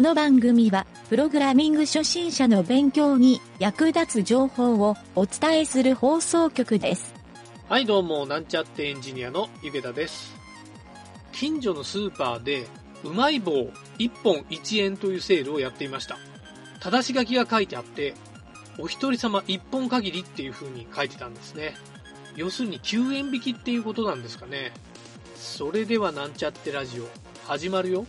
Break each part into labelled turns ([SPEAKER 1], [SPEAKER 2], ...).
[SPEAKER 1] の番組は、プログラミング初心者の勉強に役立つ情報をお伝えする放送局です。
[SPEAKER 2] はい、どうも、なんちゃってエンジニアのゆげたです。近所のスーパーで、うまい棒1本1円というセールをやっていました。ただし書きが書いてあって、お一人様1本限りっていう風に書いてたんですね。要するに9円引きっていうことなんですかね。それではなんちゃってラジオ、始まるよ。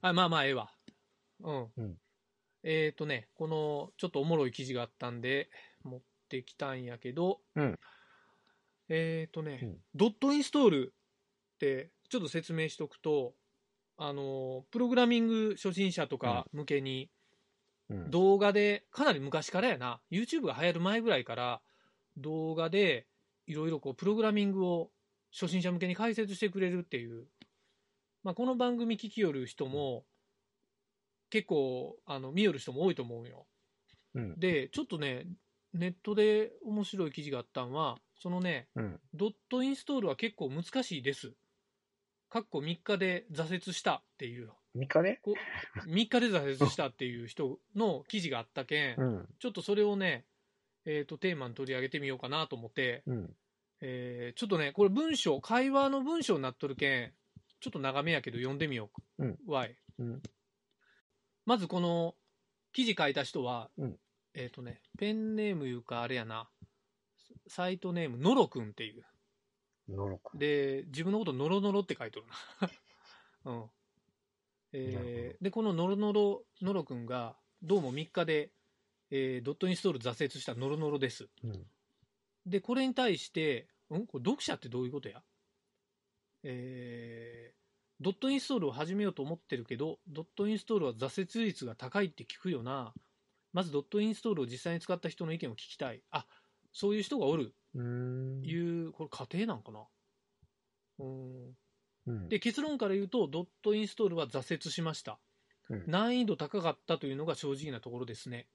[SPEAKER 2] あ、まあまあ、ええわ。うん。
[SPEAKER 3] うん
[SPEAKER 2] えっ、とね、この、ちょっとおもろい記事があったんで、持ってきたんやけど、
[SPEAKER 3] うん
[SPEAKER 2] えっ、とね、
[SPEAKER 3] うん
[SPEAKER 2] ドットインストールって、ちょっと説明しておくと、あの、プログラミング初心者とか向けに、
[SPEAKER 3] うん
[SPEAKER 2] 動画で、かなり昔からやな、YouTube が流行る前ぐらいから、動画で、いろいろこう、プログラミングを初心者向けに解説してくれるっていう、まあ、この番組聞きよる人も、結構、あの、見よる人も多いと思うよ。
[SPEAKER 3] うん
[SPEAKER 2] で、ちょっとね、ネットで面白い記事があったんは、そのね、
[SPEAKER 3] うん
[SPEAKER 2] ドットインストールは結構難しいです。かっこ3日で挫折したっていう、
[SPEAKER 3] 三日ね
[SPEAKER 2] こ3日で挫折したっていう人の記事があったけん、
[SPEAKER 3] ん。
[SPEAKER 2] ちょっとそれをね、えーと、テーマに取り上げてみようかなと思って、
[SPEAKER 3] うん。
[SPEAKER 2] えーちょっとね、これ文章、会話の文章になっとるけん、ちょっと長めやけど読んでみよう。
[SPEAKER 3] うん
[SPEAKER 2] わい
[SPEAKER 3] うん
[SPEAKER 2] まずこの記事書いた人は、
[SPEAKER 3] うん
[SPEAKER 2] えっ、とね、ペンネームいうかあれやな、サイトネーム、のろくんっていう。
[SPEAKER 3] のろく。
[SPEAKER 2] で、自分のことノロノロって書いとるな。 うん。
[SPEAKER 3] なる
[SPEAKER 2] えーで、このノロノロ、ノロくんが、どうも3日で、えードットインストール挫折したノロノロです。
[SPEAKER 3] うん
[SPEAKER 2] で、これに対して、うんこれ読者ってどういうことやえードットインストールを始めようと思ってるけど、ドットインストールは挫折率が高いって聞くよな。まずドットインストールを実際に使った人の意見を聞きたい。あ、そういう人がおる。
[SPEAKER 3] うーん。
[SPEAKER 2] いう、これ家庭なんかなうん。
[SPEAKER 3] うん
[SPEAKER 2] で、結論から言うと、ドットインストールは挫折しました。
[SPEAKER 3] うん
[SPEAKER 2] 難易度高かったというのが正直なところですね。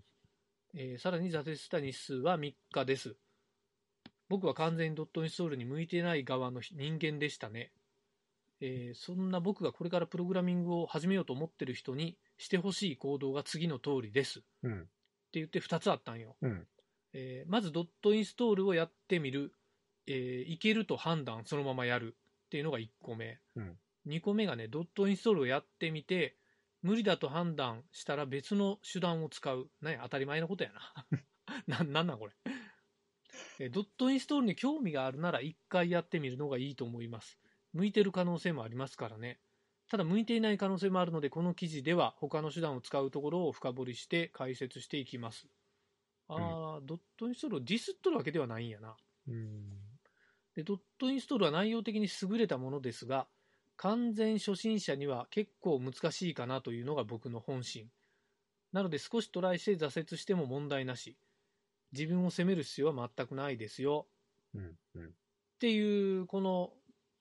[SPEAKER 2] えーさらに挫折した日数は3日です。僕は完全にドットインストールに向いてない側の人間でしたね。えーそんな僕がこれからプログラミングを始めようと思ってる人にしてほしい行動が次の通りです。って
[SPEAKER 3] うん。
[SPEAKER 2] 言って2つあったんよ。
[SPEAKER 3] うん。
[SPEAKER 2] えーまずドットインストールをやってみる、えーいけると判断、そのままやるっていうのが1個目、
[SPEAKER 3] うん
[SPEAKER 2] 2個目がね、ドットインストールをやってみて、無理だと判断したら別の手段を使う、ね、当たり前のことやな。 ななんなんこれ、えードットインストールに興味があるなら1回やってみるのがいいと思います。向いてる可能性もありますからね。ただ向いていない可能性もあるので、この記事では他の手段を使うところを深掘りして解説していきます。ああ、ドットインストールをディスっとるわけではないんやな。
[SPEAKER 3] うん。
[SPEAKER 2] で、ドットインストールは内容的に優れたものですが、完全初心者には結構難しいかなというのが僕の本心。なので少しトライして挫折しても問題なし。自分を責める必要は全くないですよ。
[SPEAKER 3] うん。うん
[SPEAKER 2] っていう、この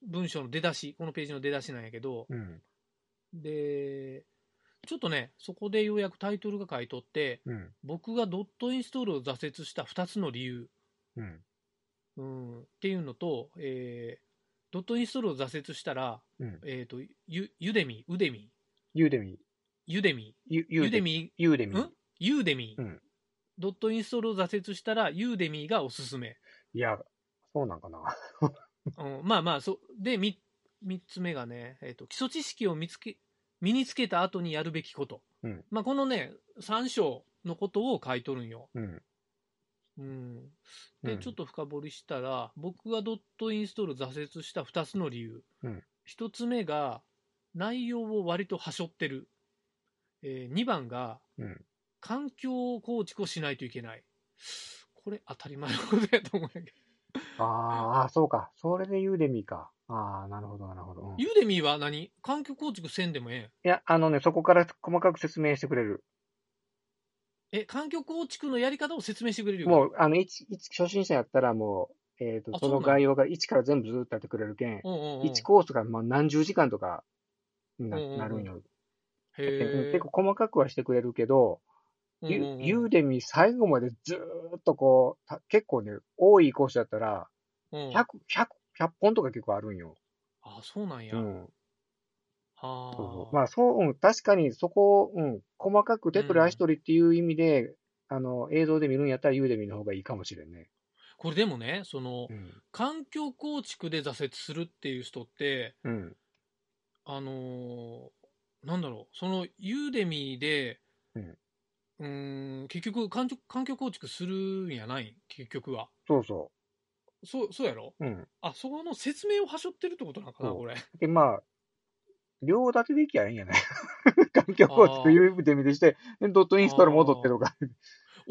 [SPEAKER 2] 文章の出だし、このページの出だしなんやけど、
[SPEAKER 3] うん。
[SPEAKER 2] で、ちょっとね、そこでようやくタイトルが書いとって、
[SPEAKER 3] うん。
[SPEAKER 2] 僕がドットインストールを挫折した2つの理由。
[SPEAKER 3] うん。
[SPEAKER 2] うん、っていうのと、えードットインストールを挫折したら、
[SPEAKER 3] うん。
[SPEAKER 2] えっ、と、ゆ、ゆでみ、うでみ、
[SPEAKER 3] ユーデミ。
[SPEAKER 2] ゆでみ、
[SPEAKER 3] ユ
[SPEAKER 2] ゆ
[SPEAKER 3] ユー
[SPEAKER 2] で
[SPEAKER 3] デミ。
[SPEAKER 2] み、
[SPEAKER 3] ユーデミ。
[SPEAKER 2] んゆでみ、
[SPEAKER 3] うん
[SPEAKER 2] ドットインストールを挫折したら、ゆでみがおすすめ。
[SPEAKER 3] いや、そうなんかな。
[SPEAKER 2] うん、まあまあ、そ、で、み、三つ目がね、えっ、と、基礎知識を見つけ、身につけた後にやるべきこと。
[SPEAKER 3] うん
[SPEAKER 2] まあ、このね、三章のことを書いとるんよ。
[SPEAKER 3] うん。
[SPEAKER 2] うん。で、
[SPEAKER 3] うん
[SPEAKER 2] ちょっと深掘りしたら、僕がドットインストール挫折した2つの理由。
[SPEAKER 3] うん
[SPEAKER 2] 1つ目が、内容を割と端折ってる。え2番が、
[SPEAKER 3] うん
[SPEAKER 2] 環境構築をしないといけない。これ当たり前のことやと思うんやけど。
[SPEAKER 3] あーあー、そうか。それでユーデミか。ああ、なるほど、なるほど。うんい
[SPEAKER 2] ユーデミーは何環境構築せんでもえ
[SPEAKER 3] や、あのね、そこから細かく説明してくれる。
[SPEAKER 2] えん。え、環境構築のやり方を説明してくれるよ。
[SPEAKER 3] もう、あの、一、一、初心者やったらもう、えっと
[SPEAKER 2] あ、そ
[SPEAKER 3] そ
[SPEAKER 2] うな
[SPEAKER 3] の
[SPEAKER 2] の
[SPEAKER 3] 概要が一から全部ずっとやってくれるけん、
[SPEAKER 2] うんうんうん、
[SPEAKER 3] 一コースがまあ何十時間とかにな
[SPEAKER 2] うんうんうん
[SPEAKER 3] なるんよ。
[SPEAKER 2] へー
[SPEAKER 3] 結構細かくはしてくれるけど、
[SPEAKER 2] うん
[SPEAKER 3] ユ
[SPEAKER 2] うんうん
[SPEAKER 3] ユーデミ最後までずーっとこう、た結構ね、多い講師だったら、
[SPEAKER 2] うん
[SPEAKER 3] 100、100、100本とか結構あるんよ。
[SPEAKER 2] あ、そうなんや。
[SPEAKER 3] う
[SPEAKER 2] は
[SPEAKER 3] ん。
[SPEAKER 2] あ。
[SPEAKER 3] そうそうまあそう、うん、確かにそこを、うん、細かく手取り足取りっていう意味で、あの、映像で見るんやったらユーデミの方がいいかもしれんね。
[SPEAKER 2] これでもね、その、
[SPEAKER 3] うん。
[SPEAKER 2] 環境構築で挫折するっていう人って、
[SPEAKER 3] うん。
[SPEAKER 2] あのーなんだろう、そのユーデミーで、
[SPEAKER 3] うん
[SPEAKER 2] うーん結局環境、環境構築するんやない結局は。
[SPEAKER 3] そうそ
[SPEAKER 2] そう、そうやろ
[SPEAKER 3] う。うん。
[SPEAKER 2] あ、そこの説明をはしょってるってことなんかな、
[SPEAKER 3] そう
[SPEAKER 2] これ。
[SPEAKER 3] で、まあ、両立てでいきゃいいんや ない環境構
[SPEAKER 2] あー
[SPEAKER 3] 築ユーデミでして、でドットインストール戻ってとか。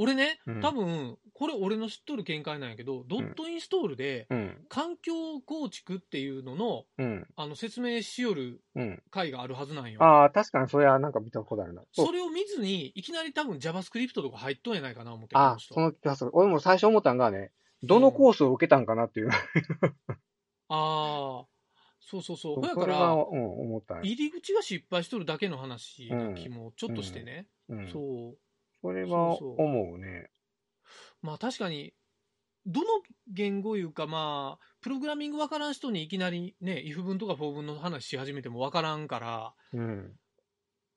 [SPEAKER 2] 俺ね
[SPEAKER 3] う、ん
[SPEAKER 2] 多分、これ俺の知っとる見解なんやけど、ドットインストールで、
[SPEAKER 3] うん。
[SPEAKER 2] 環境構築っていうのの、
[SPEAKER 3] うん。
[SPEAKER 2] あの、説明しよる
[SPEAKER 3] うん。
[SPEAKER 2] 回があるはずなんよ。
[SPEAKER 3] ああ、確かにそれはなんか見たことあるな。そう
[SPEAKER 2] それを見ずに、いきなり多分 JavaScript とか入っとんやないかな、思ってこ
[SPEAKER 3] あ
[SPEAKER 2] の人
[SPEAKER 3] その気がする。俺も最初思ったんがね、どのコースを受けたんかなっていう。
[SPEAKER 2] ああ、そうそうそう。ほや
[SPEAKER 3] そ
[SPEAKER 2] か
[SPEAKER 3] れは、う
[SPEAKER 2] ら
[SPEAKER 3] ん、、思ったね。
[SPEAKER 2] 入り口が失敗しとるだけの話な気もちょっとしてね。
[SPEAKER 3] うん。そ
[SPEAKER 2] そう。
[SPEAKER 3] れは
[SPEAKER 2] そうそう
[SPEAKER 3] 思うね。
[SPEAKER 2] まあ確かに、どの言語いうか、まあ、プログラミングわからん人にいきなりね、if 文とか for 文の話し始めてもわからんから、
[SPEAKER 3] うん。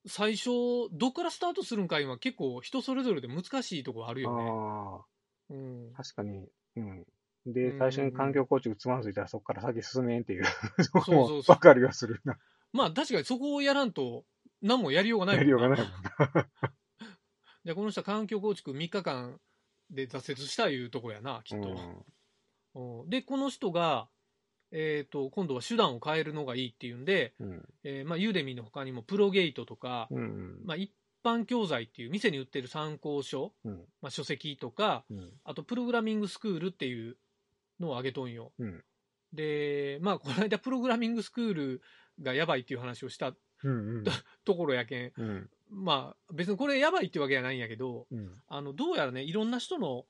[SPEAKER 2] 最初、どっからスタートするんか今結構人それぞれで難しいとこあるよね。
[SPEAKER 3] ああ。
[SPEAKER 2] うん。
[SPEAKER 3] 確かに。うん。
[SPEAKER 2] う
[SPEAKER 3] で、
[SPEAKER 2] ん
[SPEAKER 3] 最初に環境構築つまずいたらそこから先進めんっていう、そ
[SPEAKER 2] そう
[SPEAKER 3] こも
[SPEAKER 2] そう
[SPEAKER 3] わかるよするな。
[SPEAKER 2] まあ確かにそこをやらんと、何もやりようがない
[SPEAKER 3] や
[SPEAKER 2] もん
[SPEAKER 3] りようがないもん
[SPEAKER 2] じゃあこの人は環境構築3日間で挫折したいうとこやな、きっと。
[SPEAKER 3] な。
[SPEAKER 2] うんで、この人が、えー、と今度は手段を変えるのがいいっていうんで、
[SPEAKER 3] うん。
[SPEAKER 2] えーまあ、ユーデミーの他にもプロゲートとか、
[SPEAKER 3] うん。うん。
[SPEAKER 2] まあ、一般教材っていう店に売ってる参考書、
[SPEAKER 3] うん。
[SPEAKER 2] まあ、書籍とか
[SPEAKER 3] うん。
[SPEAKER 2] あとプログラミングスクールっていうのをあげとんよ
[SPEAKER 3] うん。
[SPEAKER 2] でまあこの間プログラミングスクールがやばいっていう話をした
[SPEAKER 3] うん。
[SPEAKER 2] ところやけん
[SPEAKER 3] うん。
[SPEAKER 2] まあ別にこれやばいってわけじゃないんやけど
[SPEAKER 3] うん。
[SPEAKER 2] あのどうやらねいろんな人の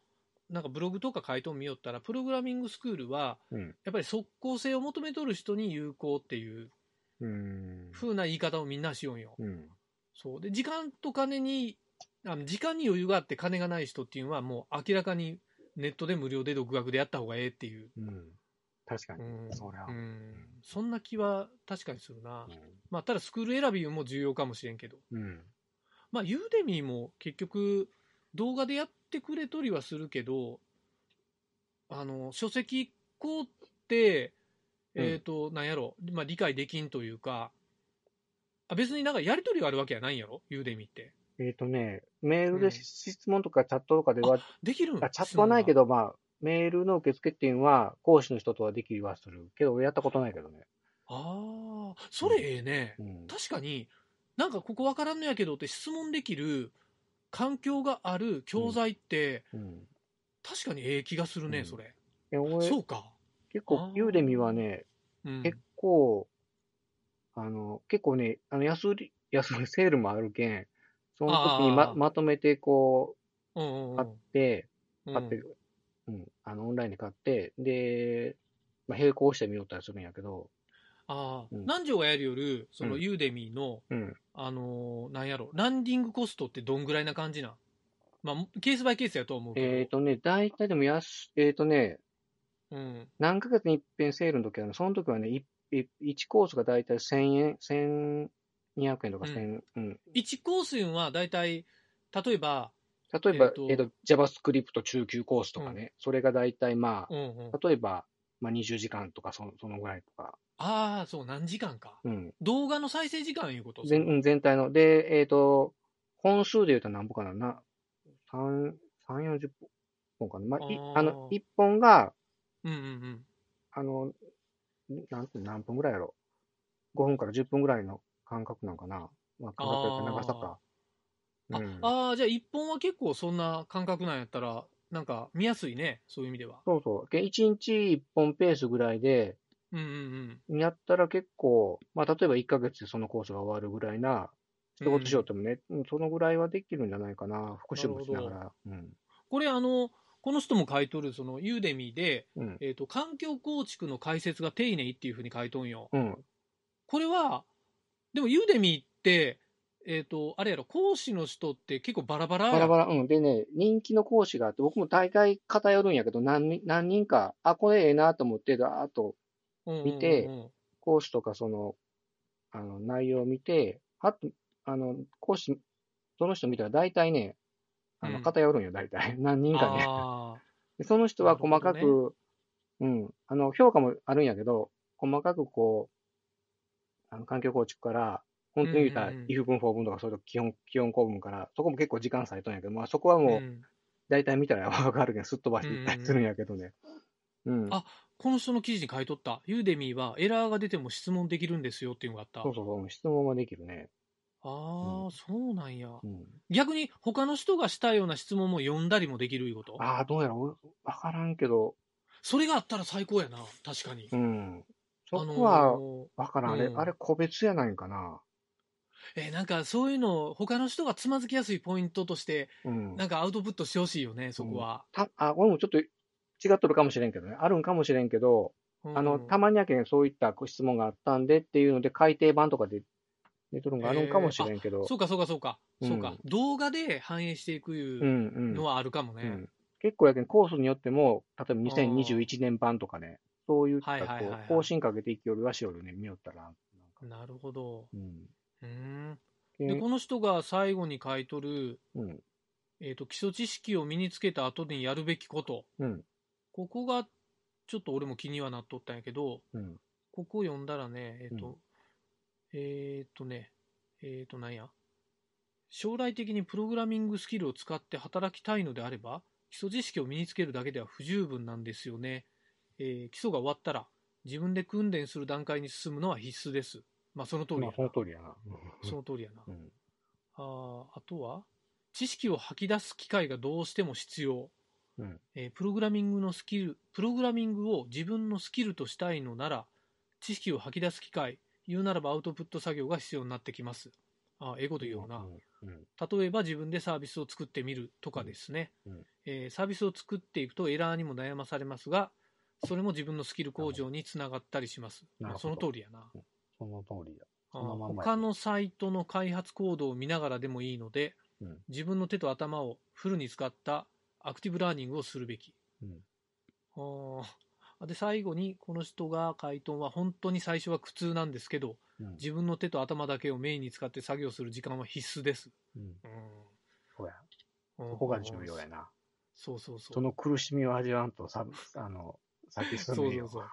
[SPEAKER 2] なんかブログとか書いとん見よったらプログラミングスクールは
[SPEAKER 3] うん。
[SPEAKER 2] やっぱり即効性を求めとる人に有効っていう
[SPEAKER 3] うん。
[SPEAKER 2] 風な言い方をみんなしようよ。
[SPEAKER 3] うん。
[SPEAKER 2] そうで時間と金にあの時間に余裕があって金がない人っていうのはもう明らかにネットで無料で独学でやった方がええっていう、
[SPEAKER 3] うん。確か
[SPEAKER 2] う
[SPEAKER 3] に。
[SPEAKER 2] ん
[SPEAKER 3] そりゃ
[SPEAKER 2] うん、そんな気は確かにするな、
[SPEAKER 3] う
[SPEAKER 2] まあ、ただスクール選びも重要かもしれんけど、
[SPEAKER 3] ん。うん。
[SPEAKER 2] まあ、ユーデミーも結局動画でやってくれとりはするけどあの書籍こうって、
[SPEAKER 3] うん
[SPEAKER 2] えっ、となんやろ、まあ、理解できんというかあ別になんかやり取りがあるわけやないんやろユーデミーって
[SPEAKER 3] えっとね、メール
[SPEAKER 2] う
[SPEAKER 3] で
[SPEAKER 2] ん
[SPEAKER 3] 質問とかチャットとかでは、
[SPEAKER 2] できるん
[SPEAKER 3] あチャットはないけ
[SPEAKER 2] ど
[SPEAKER 3] ど、まあ、メールの受付っていうのは、講師の人とはできるはするけど、俺やったことないけどね。
[SPEAKER 2] ああそれええね、
[SPEAKER 3] うん。
[SPEAKER 2] 確かになんかここわからんのやけどって質問できる環境がある教材って、
[SPEAKER 3] うん。
[SPEAKER 2] 確かにええ気がするね、
[SPEAKER 3] うん
[SPEAKER 2] それ
[SPEAKER 3] え、俺、
[SPEAKER 2] そうか
[SPEAKER 3] 結
[SPEAKER 2] あ
[SPEAKER 3] 構、
[SPEAKER 2] ー
[SPEAKER 3] ユーデミはね、
[SPEAKER 2] うん
[SPEAKER 3] 結構、あの、結構ね、あの、安売り、安売りセールもあるけん、その時に
[SPEAKER 2] あ
[SPEAKER 3] ま
[SPEAKER 2] ー
[SPEAKER 3] まとめてこ
[SPEAKER 2] うんうんう
[SPEAKER 3] うん買って、
[SPEAKER 2] うん
[SPEAKER 3] 買って、うん、あの、オンラインで買って、で、まあ、並行して見よったりするんやけど、
[SPEAKER 2] ああ、
[SPEAKER 3] うん
[SPEAKER 2] 南條がやるよる、その
[SPEAKER 3] うん
[SPEAKER 2] ユーデミーの、
[SPEAKER 3] うん、
[SPEAKER 2] あのーなんやろ、ランディングコストってどんぐらいな感じなんまあ、ケースバイケースやとは思うけど、
[SPEAKER 3] えっ、とね、大体でも安、えっ、とね、
[SPEAKER 2] うん、
[SPEAKER 3] 何ヶ月に一遍セールの時はね、その時はね、いい一コースが大体1000円、1200円とか
[SPEAKER 2] うん
[SPEAKER 3] 1000円、うん。
[SPEAKER 2] 1コースいうのは大体、例えば、
[SPEAKER 3] 例えば、
[SPEAKER 2] え
[SPEAKER 3] え
[SPEAKER 2] ーと
[SPEAKER 3] っ、と、JavaScript 中級コースとかね、それが大体ま
[SPEAKER 2] うんうん、
[SPEAKER 3] あ、例えば、まあ、20時間とかその、そのぐらいとか、
[SPEAKER 2] ああ、そう、何時間か。
[SPEAKER 3] うん。
[SPEAKER 2] 動画の再生時間いうこと
[SPEAKER 3] 全うん全体の。で、えっ、と、本数で言うと何本かなな、3、3、40本かな。まあ、い
[SPEAKER 2] あー
[SPEAKER 3] あの、1本が、
[SPEAKER 2] うんうんうん。
[SPEAKER 3] あの、なんて何分ぐらいやろ。5分から10分ぐらいの間隔なんかな。まあ、間隔やったら長さか。
[SPEAKER 2] あ、
[SPEAKER 3] うん、
[SPEAKER 2] あーじゃあ1本は結構そんな感覚なんやったら、なんか見やすいね、そういう意味では。
[SPEAKER 3] そうそう。け1日1本ペースぐらいで、
[SPEAKER 2] うんうん
[SPEAKER 3] やったら結構、まあ、例えば1ヶ月でそのコースが終わるぐらいな、仕事しようともね、うんそのぐらいはできるんじゃないかな、復習もしながら。うん。
[SPEAKER 2] これ、あの、この人も書いとる、その、ユーデミーで、
[SPEAKER 3] うん。
[SPEAKER 2] えー、と環境構築の解説が丁寧っていうふうに書いとんよ。
[SPEAKER 3] うん。
[SPEAKER 2] これは、でもユーデミーって、えっ、と、あれやろ、講師の人って結構バラバラや
[SPEAKER 3] バラバラ、うん。でね、人気の講師があって、僕も大概偏るんやけど、何人何人か、あ、これええなと思って、だーっと
[SPEAKER 2] うんうんうんうん
[SPEAKER 3] 見て講師とかその、あの、内容を見て、あと、あの、講師、その人見たら大体ね、あ
[SPEAKER 2] う
[SPEAKER 3] の、
[SPEAKER 2] ん
[SPEAKER 3] 偏るんよ、大体。 何人かね。
[SPEAKER 2] あ
[SPEAKER 3] でその人は細か
[SPEAKER 2] なるほ
[SPEAKER 3] く、うん、あの、評価もあるんやけど、細かくこう、あの、環境構築から、本当に言うた
[SPEAKER 2] う
[SPEAKER 3] ら
[SPEAKER 2] んうんうん、
[SPEAKER 3] if 文法文とか、それと基本、基本構文から、そこも結構時間割いとんやけど、まあそこは
[SPEAKER 2] ー う
[SPEAKER 3] もう、
[SPEAKER 2] ん
[SPEAKER 3] 大体見たら わかるけど、すっ飛ばしていったりするんやけどね。うん。
[SPEAKER 2] あこの人の記事に書いとった。ユーデミーはエラーが出ても質問できるんですよっていうのがあった。
[SPEAKER 3] そうそうそう、質問もできるね。
[SPEAKER 2] ああ、
[SPEAKER 3] うん
[SPEAKER 2] そうなんや。
[SPEAKER 3] うん。
[SPEAKER 2] 逆に他の人がしたような質問も読んだりもできるいうこと
[SPEAKER 3] ああ、どうやら、おわからんけど、
[SPEAKER 2] それがあったら最高やな。確かに。
[SPEAKER 3] うん。そ
[SPEAKER 2] あの
[SPEAKER 3] こは、
[SPEAKER 2] ー
[SPEAKER 3] わからん。あれ、
[SPEAKER 2] うん
[SPEAKER 3] あれ個別やないんかな。
[SPEAKER 2] えーなんかそういうの、他の人がつまずきやすいポイントとして、
[SPEAKER 3] うん。
[SPEAKER 2] なんかアウトプットしてほしいよね、そこは。
[SPEAKER 3] た、あ、俺もちょっと違っとるかもしれんけどね。あるんかもしれんけど、
[SPEAKER 2] うん
[SPEAKER 3] あの、たまにやけん、そういったご質問があったんでっていうので、改訂版とかで出とるんがあるんかもしれんけど
[SPEAKER 2] そ。うか、そうか、そうか。
[SPEAKER 3] うん
[SPEAKER 2] そうか。動画で反映していくいううん
[SPEAKER 3] うん
[SPEAKER 2] のはあるかも
[SPEAKER 3] う
[SPEAKER 2] ね
[SPEAKER 3] ん。結構やけん、コースによっても、例えば2021年版とかね、そういった
[SPEAKER 2] はいはいはい
[SPEAKER 3] こ
[SPEAKER 2] はいう
[SPEAKER 3] 更新かけていきよりはしよるね、見よったら。なんか
[SPEAKER 2] なるほど。
[SPEAKER 3] うん。
[SPEAKER 2] うーん。
[SPEAKER 3] け
[SPEAKER 2] で、
[SPEAKER 3] ん
[SPEAKER 2] この人が最後に書いとる、
[SPEAKER 3] うん。
[SPEAKER 2] えっ、と、基礎知識を身につけた後にやるべきこと。
[SPEAKER 3] うん。
[SPEAKER 2] ここが、ちょっと俺も気にはなっとったんやけど、
[SPEAKER 3] うん。
[SPEAKER 2] ここを読んだらね、えっ、と、
[SPEAKER 3] うん
[SPEAKER 2] えっ、とね、えっ、と、なんや。将来的にプログラミングスキルを使って働きたいのであれば、基礎知識を身につけるだけでは不十分なんですよね。えー基礎が終わったら、自分で訓練する段階に進むのは必須です。まあ、その通りやな
[SPEAKER 3] まあ、その通りやな。
[SPEAKER 2] その通りやな。
[SPEAKER 3] うん。
[SPEAKER 2] あーあとは、知識を吐き出す機会がどうしても必要、
[SPEAKER 3] うん
[SPEAKER 2] えープログラミングのスキル、プログラミングを自分のスキルとしたいのなら、知識を吐き出す機会、言うならばアウトプット作業が必要になってきます。あーええこと言うよな。
[SPEAKER 3] うん。うん。
[SPEAKER 2] 例えば自分でサービスを作ってみるとかですね、
[SPEAKER 3] うんうん
[SPEAKER 2] えーサービスを作っていくとエラーにも悩まされますが、それも自分のスキル向上につながったりします。
[SPEAKER 3] なる
[SPEAKER 2] あ
[SPEAKER 3] ほ
[SPEAKER 2] そ
[SPEAKER 3] ど
[SPEAKER 2] の通りやな。
[SPEAKER 3] その通りだ。
[SPEAKER 2] あ
[SPEAKER 3] そのまんまや
[SPEAKER 2] 他のサイトの開発行動を見ながらでもいいので、
[SPEAKER 3] うん
[SPEAKER 2] 自分の手と頭をフルに使ったアクティブラーニングをするべき。
[SPEAKER 3] うん
[SPEAKER 2] あーで最後にこの人が回答は本当に最初は苦痛なんですけど
[SPEAKER 3] うん。
[SPEAKER 2] 自分の手と頭だけをメインに使って作業する時間は必須です。
[SPEAKER 3] うん。
[SPEAKER 2] うん
[SPEAKER 3] そうや。
[SPEAKER 2] うん
[SPEAKER 3] そこが重要やな。
[SPEAKER 2] そうそうそう。
[SPEAKER 3] その苦しみを味わわんと、さ、あの、先進
[SPEAKER 2] そう
[SPEAKER 3] め
[SPEAKER 2] そう
[SPEAKER 3] よ。
[SPEAKER 2] そう。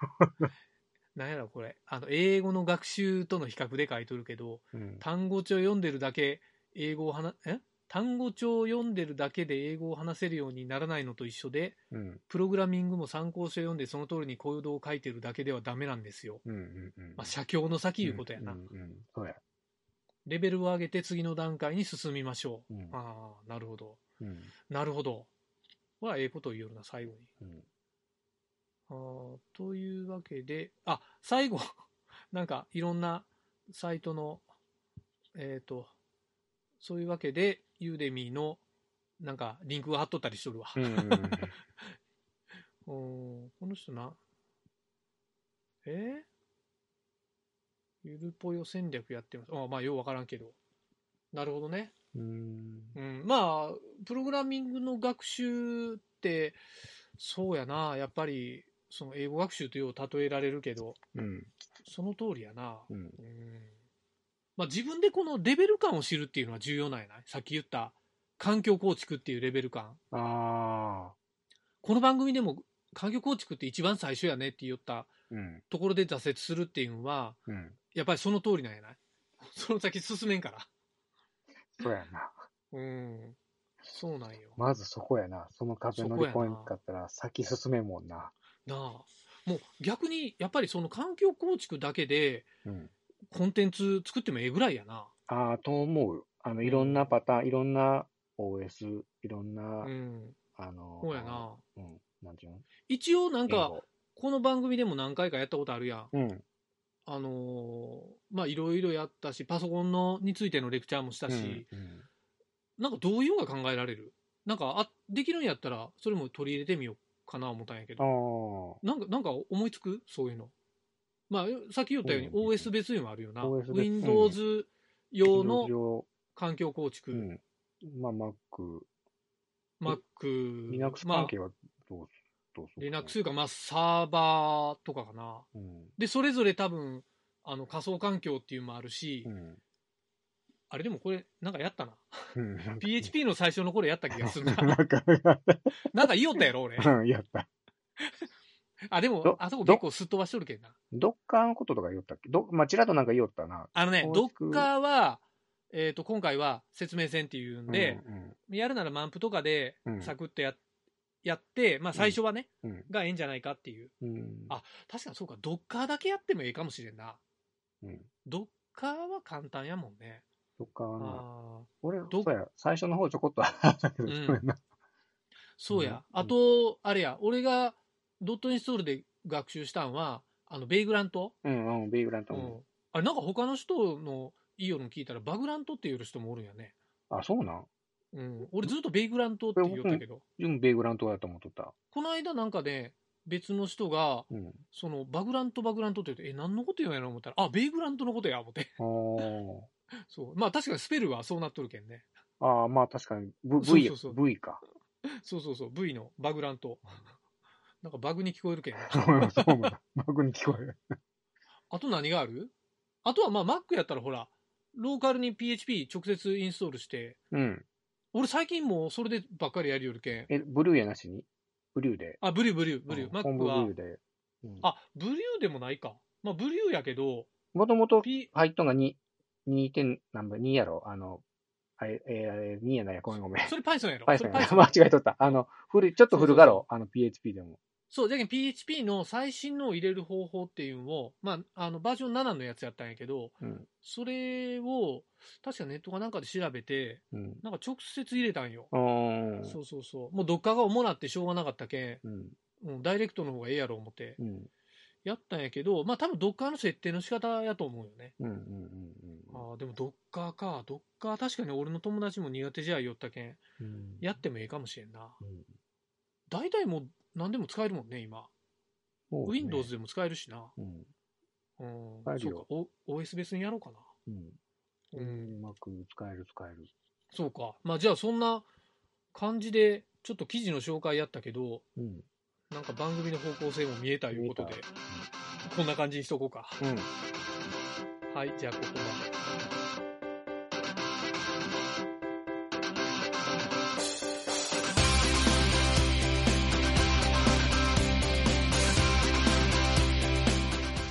[SPEAKER 2] なんやろこれあの英語の学習との比較で書いとるけど、
[SPEAKER 3] うん。
[SPEAKER 2] 単語帳読んでるだけ英語を話え単語帳を読んでるだけで英語を話せるようにならないのと一緒で
[SPEAKER 3] うん。
[SPEAKER 2] プログラミングも参考書を読んでその通りにコードを書いてるだけではダメなんですよ、
[SPEAKER 3] うん。うん。うん。
[SPEAKER 2] まあ、写経の先いうことやな、
[SPEAKER 3] うん。うん。そうや。
[SPEAKER 2] レベルを上げて次の段階に進みましょう、
[SPEAKER 3] うん
[SPEAKER 2] ああなるほど
[SPEAKER 3] うん。
[SPEAKER 2] なるほどこれはええことを言うよな最後に
[SPEAKER 3] うん。
[SPEAKER 2] あーというわけで、あ、最後、 なんかいろんなサイトの、えっ、と、そういうわけで、ユーデミーの、なんかリンクが貼っとったりしとるわ。
[SPEAKER 3] うん。うん
[SPEAKER 2] うーんこの人な、えーゆるぽよ戦略やってます。あまあ、ようわからんけど。なるほどね。
[SPEAKER 3] うん。
[SPEAKER 2] うん、まあ、プログラミングの学習って、そうやな、やっぱり、その英語学習とよう例えられるけど、
[SPEAKER 3] うん。
[SPEAKER 2] その通りやな。
[SPEAKER 3] うん。
[SPEAKER 2] うん。まあ自分でこのレベル感を知るっていうのは重要なんやないさっき言った、環境構築っていうレベル感。
[SPEAKER 3] ああ。
[SPEAKER 2] この番組でも、環境構築って一番最初やねって言った
[SPEAKER 3] うん。
[SPEAKER 2] ところで挫折するっていうのは、
[SPEAKER 3] うん。
[SPEAKER 2] やっぱりその通りなんやないその先進めんから。
[SPEAKER 3] そうやな。
[SPEAKER 2] うん。そうなんよ。
[SPEAKER 3] まずそこやな。その壁乗り越えんかったら、先進めんもんな。
[SPEAKER 2] なあもう逆にやっぱりその環境構築だけで
[SPEAKER 3] うん。
[SPEAKER 2] コンテンツ作ってもええぐらいやな
[SPEAKER 3] ああ、と思う。あの、いろんなパターン、いろんな OS、いろんな
[SPEAKER 2] う、ん
[SPEAKER 3] あの、
[SPEAKER 2] そうや。な
[SPEAKER 3] うん。なんていうの
[SPEAKER 2] 一応なん
[SPEAKER 3] 英
[SPEAKER 2] か
[SPEAKER 3] 語
[SPEAKER 2] この番組でも何回かやったことあるやん
[SPEAKER 3] うん。
[SPEAKER 2] あのーまあいろいろやったしパソコンのについてのレクチャーもしたし、
[SPEAKER 3] うんうん
[SPEAKER 2] なんかどういうのが考えられるなんかあできるんやったらそれも取り入れてみようかな思ったんやけ
[SPEAKER 3] あ
[SPEAKER 2] ど
[SPEAKER 3] あ。
[SPEAKER 2] なんかなんか思いつくそういうのまあさっき言ったように
[SPEAKER 3] そうね
[SPEAKER 2] OS 別にもあるよな
[SPEAKER 3] OS 別
[SPEAKER 2] Windows 用の
[SPEAKER 3] 用
[SPEAKER 2] 環境構築、
[SPEAKER 3] うん。まあ、Mac、
[SPEAKER 2] Mac、
[SPEAKER 3] Linux
[SPEAKER 2] まあ
[SPEAKER 3] 関係はどう、どうする
[SPEAKER 2] Linux というか、まあ、サーバーとかかな。
[SPEAKER 3] うん。
[SPEAKER 2] で、それぞれ多分、あの、仮想環境っていうのもあるし、
[SPEAKER 3] うん。
[SPEAKER 2] あれでもこれ、なんかやったな。
[SPEAKER 3] うんなんか
[SPEAKER 2] PHP の最初の頃やった気がするな。
[SPEAKER 3] なんか、う
[SPEAKER 2] なんか言おったやろ、俺。
[SPEAKER 3] んやった。
[SPEAKER 2] あ、でも
[SPEAKER 3] ど、
[SPEAKER 2] あそこ結構すっ飛ばしとるけんな。
[SPEAKER 3] ドッカーのこととか言おったっけど、まあ、ちらっとなんか言おったな。
[SPEAKER 2] あのね、
[SPEAKER 3] 構築
[SPEAKER 2] Docker は、えっ、と、今回は説明せんっていうんで、
[SPEAKER 3] うん
[SPEAKER 2] やるならマンプとかで
[SPEAKER 3] うん
[SPEAKER 2] サクッとや,、やって、まあ最初はね、
[SPEAKER 3] うんうん
[SPEAKER 2] がええんじゃないかっていう。
[SPEAKER 3] うん、うん
[SPEAKER 2] あ確かにそうか、ドッカーだけやってもええかもしれんな。
[SPEAKER 3] うん。
[SPEAKER 2] ドッカーは簡単やもんね。
[SPEAKER 3] ドッカーはな、
[SPEAKER 2] あー
[SPEAKER 3] 俺、
[SPEAKER 2] ど
[SPEAKER 3] そうや、最初の方ちょこっとあったけど、
[SPEAKER 2] うん
[SPEAKER 3] そうやな。
[SPEAKER 2] そう
[SPEAKER 3] うん
[SPEAKER 2] や。あと、あれや、俺がドットインストールで学習したんは、あの、ベイグラント、
[SPEAKER 3] うん、うん、ビーグラント
[SPEAKER 2] うん
[SPEAKER 3] も。
[SPEAKER 2] あれ、なんか他の人のいいよの聞いたら、バグラントっていう人もおるんやね。
[SPEAKER 3] あ、そうなん
[SPEAKER 2] うん。俺ずっとベイグラントって言ったけど、
[SPEAKER 3] 自分、ベイグラントやと思っとった。
[SPEAKER 2] この間なんかね、別の人が、
[SPEAKER 3] うん。
[SPEAKER 2] そのバグラントバグラントって言うと、え、何のこと言うんやろ思ったら、あ、ベイグラントのことや、思って。
[SPEAKER 3] お
[SPEAKER 2] そう。まあ確かにスペルはそうなっとるけんね。
[SPEAKER 3] ー。ああ、まあ確かに、V、
[SPEAKER 2] そう
[SPEAKER 3] V
[SPEAKER 2] そ
[SPEAKER 3] や
[SPEAKER 2] うそう
[SPEAKER 3] v か。
[SPEAKER 2] そうそうそう、V のバグラント。 なんかバグに聞こえるけん。
[SPEAKER 3] そうもな。バグに聞こえる。
[SPEAKER 2] あと何があるあとはまあ Mac やったらほら、ローカルに PHP 直接インストールして、
[SPEAKER 3] うん。
[SPEAKER 2] 俺最近もうそれでばっかりやりよるけん。
[SPEAKER 3] え、ブルーやなしにブルーで。
[SPEAKER 2] あ、ブリューブリュー、ブリュー。
[SPEAKER 3] マック
[SPEAKER 2] Mac
[SPEAKER 3] ブル
[SPEAKER 2] は
[SPEAKER 3] ー、で。
[SPEAKER 2] あ、ブリューでもないか。まあブリューやけど、
[SPEAKER 3] もともと
[SPEAKER 2] P、
[SPEAKER 3] 入っとんが2、2点、何番、2やろあの、あれ、えー、2やないや、ごめんごめん。
[SPEAKER 2] それ Python やろ。そ
[SPEAKER 3] Python
[SPEAKER 2] れ
[SPEAKER 3] やな
[SPEAKER 2] Python
[SPEAKER 3] 間違えとった。あの、古い、ちょっと古がろ、あの PHP でも。
[SPEAKER 2] そう、じゃけん PHP の最新のを入れる方法っていうのを、まあ、あの、バージョン7のやつやったんやけど、
[SPEAKER 3] うん。
[SPEAKER 2] それを、確かネットかなんかで調べて、
[SPEAKER 3] うん。
[SPEAKER 2] なんか直接入れたんよ。
[SPEAKER 3] うーん。
[SPEAKER 2] そうそうそう。もうどっかが主なってしょうがなかったけ
[SPEAKER 3] うん。
[SPEAKER 2] ん、うん、ダイレクトの方がええやろ思って、
[SPEAKER 3] うん。
[SPEAKER 2] やったんやけど、まあ多分ドッカーの設定の仕方やと思うよね。
[SPEAKER 3] うん。うん。うんうん
[SPEAKER 2] ああ、でもドッカーか。ドッカー確かに俺の友達も苦手じゃあよったけん、
[SPEAKER 3] うん。
[SPEAKER 2] やってもええかもしれんな。
[SPEAKER 3] うん
[SPEAKER 2] 大体もう何でも使えるもんね、今。
[SPEAKER 3] そうね
[SPEAKER 2] Windows でも使えるしな。
[SPEAKER 3] うん。
[SPEAKER 2] うん。
[SPEAKER 3] 使える
[SPEAKER 2] そう
[SPEAKER 3] よ
[SPEAKER 2] か。お OS 別にやろうか
[SPEAKER 3] うん。
[SPEAKER 2] な。うん。
[SPEAKER 3] うまく使える使える。
[SPEAKER 2] そうか。まあじゃあそんな感じで、ちょっと記事の紹介やったけど、
[SPEAKER 3] うん。
[SPEAKER 2] なんか番組の方向性も見えたということで
[SPEAKER 3] 見え、
[SPEAKER 2] こんな感じにしとこうか。
[SPEAKER 3] うん。
[SPEAKER 2] はい、じゃあここまで。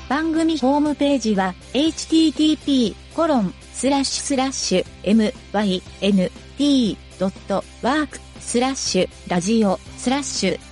[SPEAKER 1] 番組ホームページは http://mynt.work/.radio/.